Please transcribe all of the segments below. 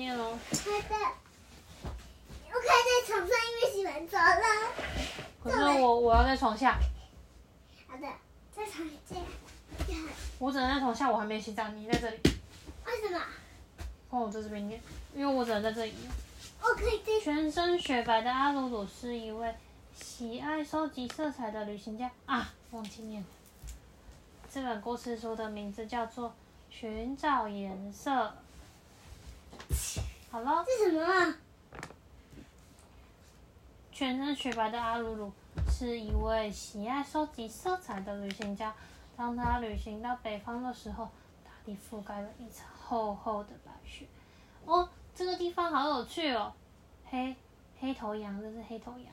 在，我看在床上，因为洗完澡了。可是我我要在床下，好的，在床下。我只能在床下，我还没洗澡，你在这里，为什么？换我在这边念，因为我只能在这里念。我哦可以在全身雪白的阿鲁鲁是一位喜爱收集色彩的旅行家啊，忘记念了。这本故事书的名字叫做《寻找颜色》。好了，这什么啊？全身雪白的阿鲁鲁是一位喜爱收集色彩的旅行家。当他旅行到北方的时候，大地覆盖了一层厚厚的白雪。哦，这个地方好有趣哦！黑黑头羊，这是黑头羊。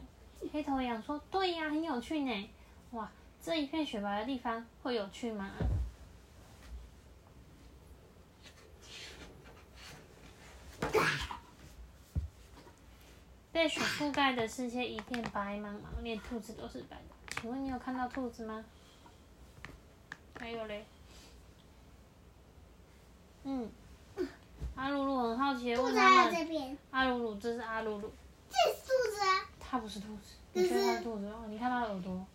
黑头羊说：“对呀，很有趣呢。哇，这一片雪白的地方会有趣吗？”被雪覆盖的世界一片白茫茫，连兔子都是白的。请问你有看到兔子吗？还有嘞，嗯，阿鲁鲁很好奇地肚问子他在们这。边，阿鲁鲁，这是阿鲁鲁，这是肚子啊。它不是兔子。你觉得它是兔子吗？你看它的耳朵，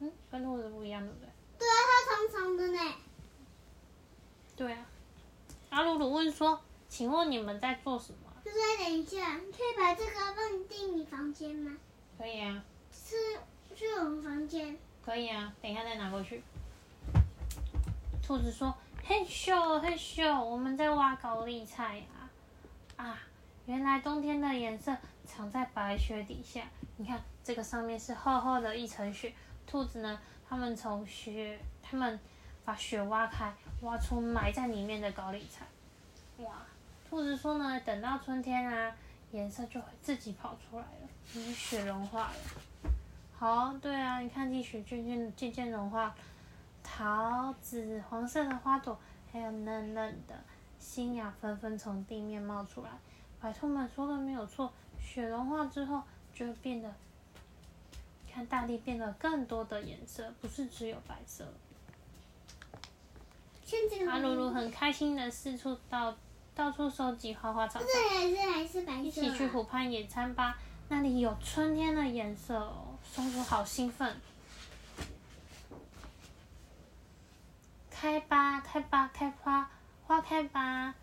嗯，跟兔子不一样，对不对？对啊，它长长的呢。对啊。阿鲁鲁问说：“请问你们在做什么啊就在等一下，你可以把这个放进你房间吗？？”可以啊，是去我们房间。可以啊，等一下再拿过去。兔子说：“嘿咻嘿咻，我们在挖高丽菜啊！啊，原来冬天的颜色藏在白雪底下。你看，这个上面是厚厚的一层雪。兔子呢，它们从雪，它们把雪挖开，挖出埋在里面的高丽菜。哇！兔子说呢，等到春天啊，颜色就会自己跑出来了，因为雪融化了。”好，对啊，你看积雪渐渐渐渐融化，桃子黄色的花朵，还有嫩嫩的新芽纷纷从地面冒出来。白兔们说的没有错，雪融化之后就会变得，看大地变得更多的颜色，不是只有白色。现在阿鲁鲁啊很开心的四处到到处收集花花草草。这也是还是白色、啊。一起去湖畔野餐吧，那里有春天的颜色哦。松鼠好兴奋。开吧，开吧，开花，花开吧！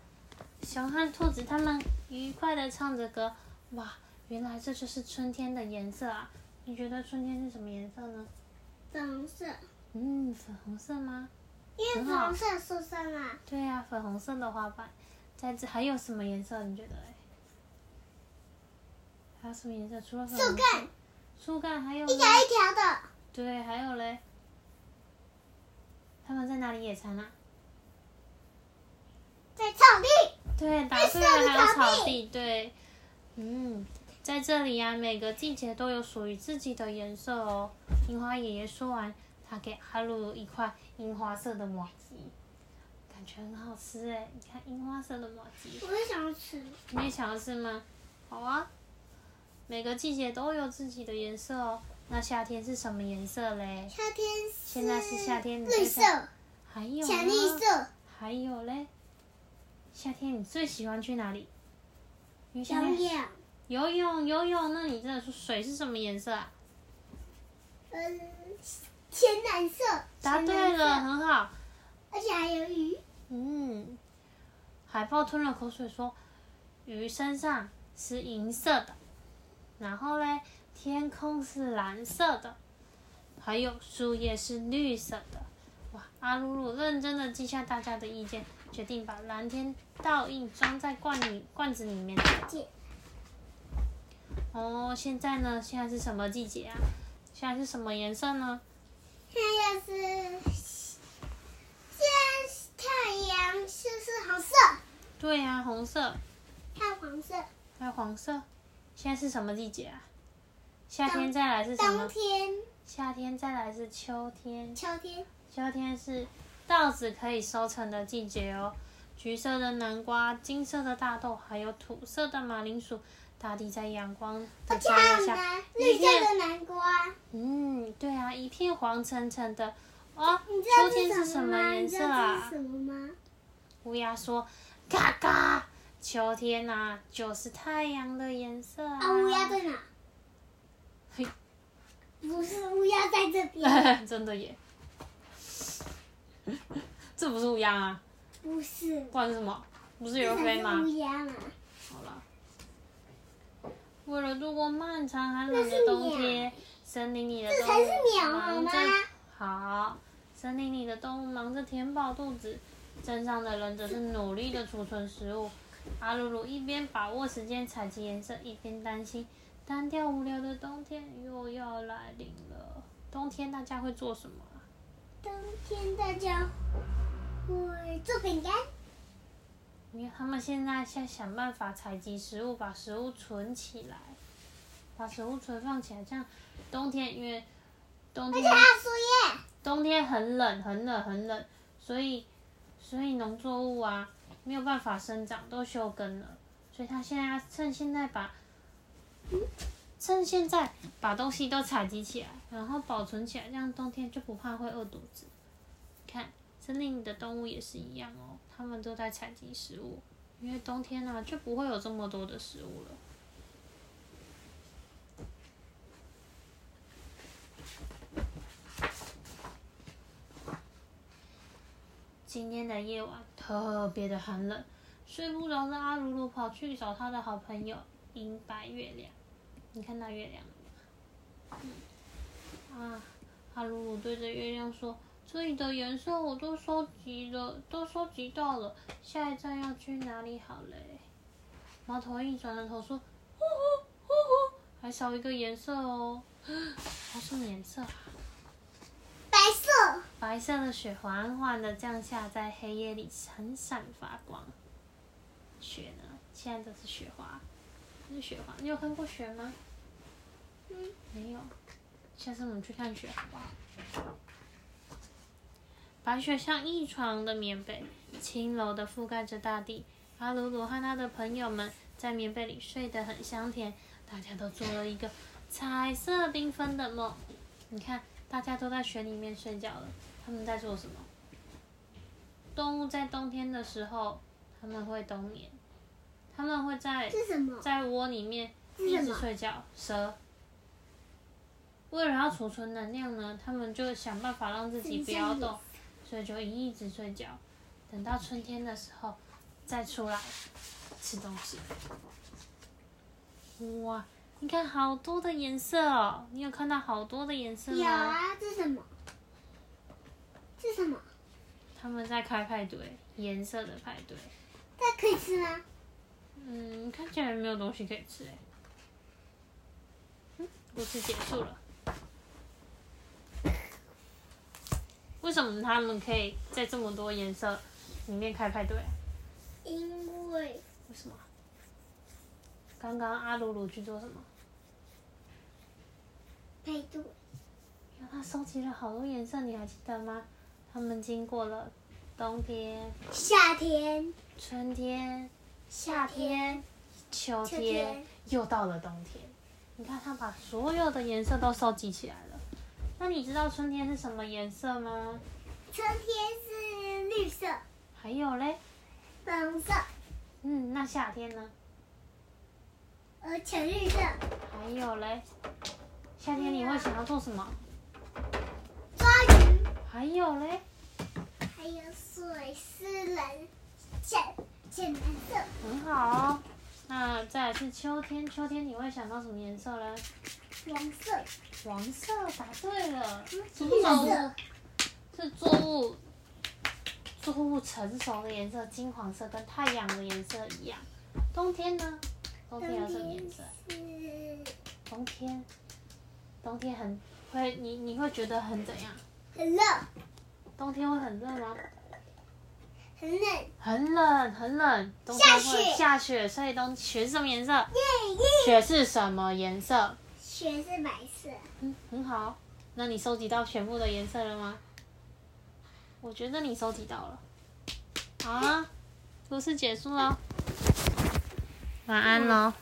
熊和兔子它们愉快地唱着歌。哇，原来这就是春天的颜色啊！你觉得春天是什么颜色呢？粉红色，嗯，粉红色吗？因为很粉好红色受伤了，对呀、粉红色的花瓣。在这还有什么颜色？你觉得嘞？还有什么颜色？除了粉树红色干树干还有一嘞条一条的，对，还有嘞，他们在哪里野餐啊？在草地。对，打在碎上了还有草草地地，对，嗯，在这里呀、每个季节都有属于自己的颜色哦。樱花爷爷说完，他给阿鲁鲁一块樱花色的马吉，感觉很好吃哎！你看樱花色的马吉，我也想要吃，你也想要吃吗？好啊，每个季节都有自己的颜色哦。那夏天是什么颜色嘞？夏天是现在是夏天你绿在色、想还有浅呢绿色、还有嘞，夏天你最喜欢去哪里？因为夏小天鸟，游泳，游泳。那你真的说水是什么颜色啊？嗯，浅蓝色。答对了，浅蓝色，很好。而且还有鱼。嗯，海豹吞了口水说：“鱼身上是银色的，然后嘞，天空是蓝色的，还有树叶是绿色的。”哇，阿鲁鲁认真的记下大家的意见，决定把蓝天倒映装在罐里罐子里面。哦，现在呢？现在是什么季节啊？现在是什么颜色呢？现在又是，现在是太阳就是红色，对呀、红色，还有黄色。还有黄色。现在是什么季节啊？夏天再来是什么冬？天、夏天再来是秋天，秋天，秋天是稻子可以收成的季节哦。橘色的南瓜，金色的大豆，还有土色的马铃薯，大地在阳光的而且照还耀有下，南绿色的南瓜。嗯，对啊，一片黄澄澄的。哦，你知道秋天这是是什什么吗？么啊你颜知色道这啊是？什么吗？乌鸦说：“嘎嘎！”秋秋天呐、就是太阳的颜色啊。啊，乌鸦在哪？嘿不是乌鸦在这边，真的耶，这不是乌鸦啊，不是，不然是什么？不是这刘才飞是吗乌？鸦嘛。好了，为了度过漫长寒冷的冬天，森林里的啊动这物才是鸟好忙吗着？好，森林里的动物忙着填饱肚子，镇上的人则是努力的储存食物。阿鲁鲁一边把握时间采集颜色，一边担心单调无聊的冬天又要来临了。冬天大家会做什么啊、冬天大家会做饼干，因为他们现在在想办法采集食物，把食物存起来，把食物存放起来。这样冬天，因为冬而天且还有树叶。冬天很冷，很冷，很冷，所以所以农作物啊没有办法生长，都休耕了。所以他现在要趁现在把，趁现在把东西都采集起来，然后保存起来，这样冬天就不怕会饿肚子。看，森林里的动物也是一样哦，它们都在采集食物，因为冬天啊就不会有这么多的食物了。今天的夜晚特别的寒冷，睡不着的阿鲁鲁跑去找他的好朋友银白月亮。你看到月亮了吗嗯啊，阿鲁鲁对着月亮说：“这里的颜色我都收集了，都收集到了，下一站要去哪里好嘞？”猫头鹰转了头说：“呼呼呼呼，还少一个颜色哦， 还剩颜色啊。”白色，白色的雪缓缓的降下，在黑夜里闪闪发光。雪呢？现在这是雪花，这是雪花。你有看过雪吗？嗯，没有。下次我们去看雪好不好？白雪像一床的棉被，轻柔的覆盖着大地。阿鲁鲁和他的朋友们在棉被里睡得很香甜，大家都做了一个彩色缤纷的梦。你看，大家都在雪里面睡觉了，他们在做什么？动物在冬天的时候，他们会冬眠，他们会在这是什么？在窝里面是一什直么？睡觉。蛇为了要储存能量呢，他们就想办法让自己不要是这样动，所以就一直睡觉。等到春天的时候再出来吃东西。哇，你看好多的颜色哦！你有看到好多的颜色有吗？啊，这是什么？这是什么？他们在开派对，颜色的派对。这可以吃吗？嗯，看起来没有东西可以吃哎、嗯，故事结束了。为什么他们可以在这么多颜色里面开派对啊？因为为什么？刚刚阿鲁鲁去做什么？配对，因为他收集了好多颜色，你还记得吗？他们经过了冬天、夏天，春天、夏天，秋秋天天，又到了冬天。你看，它把所有的颜色都收集起来了。那你知道春天是什么颜色吗？春天是绿色、还有嘞，粉红色，嗯，那夏天呢？呃，浅绿色，还有嘞，夏天你会想要做什么？抓鱼，还有嘞，还有水是蓝，浅浅蓝色，很好哦。那再来是秋天，秋天你会想到什么颜色嘞？黄色，黄色，答对了。什么绿黄色色，是作物作物成熟的颜色，金黄色跟太阳的颜色一样。冬天呢？冬天有什么颜色？是冬天，冬天很会你你会觉得很怎样？很热，冬天会很热吗？很冷，耶很冷很冷，冬天会下雪下雪，所以冬雪是什么颜色？耶，雪是什么颜色？雪是白色，嗯，很好。那你收集到全部的颜色了吗？我觉得你收集到了。好啊，故事结束了，晚安喽。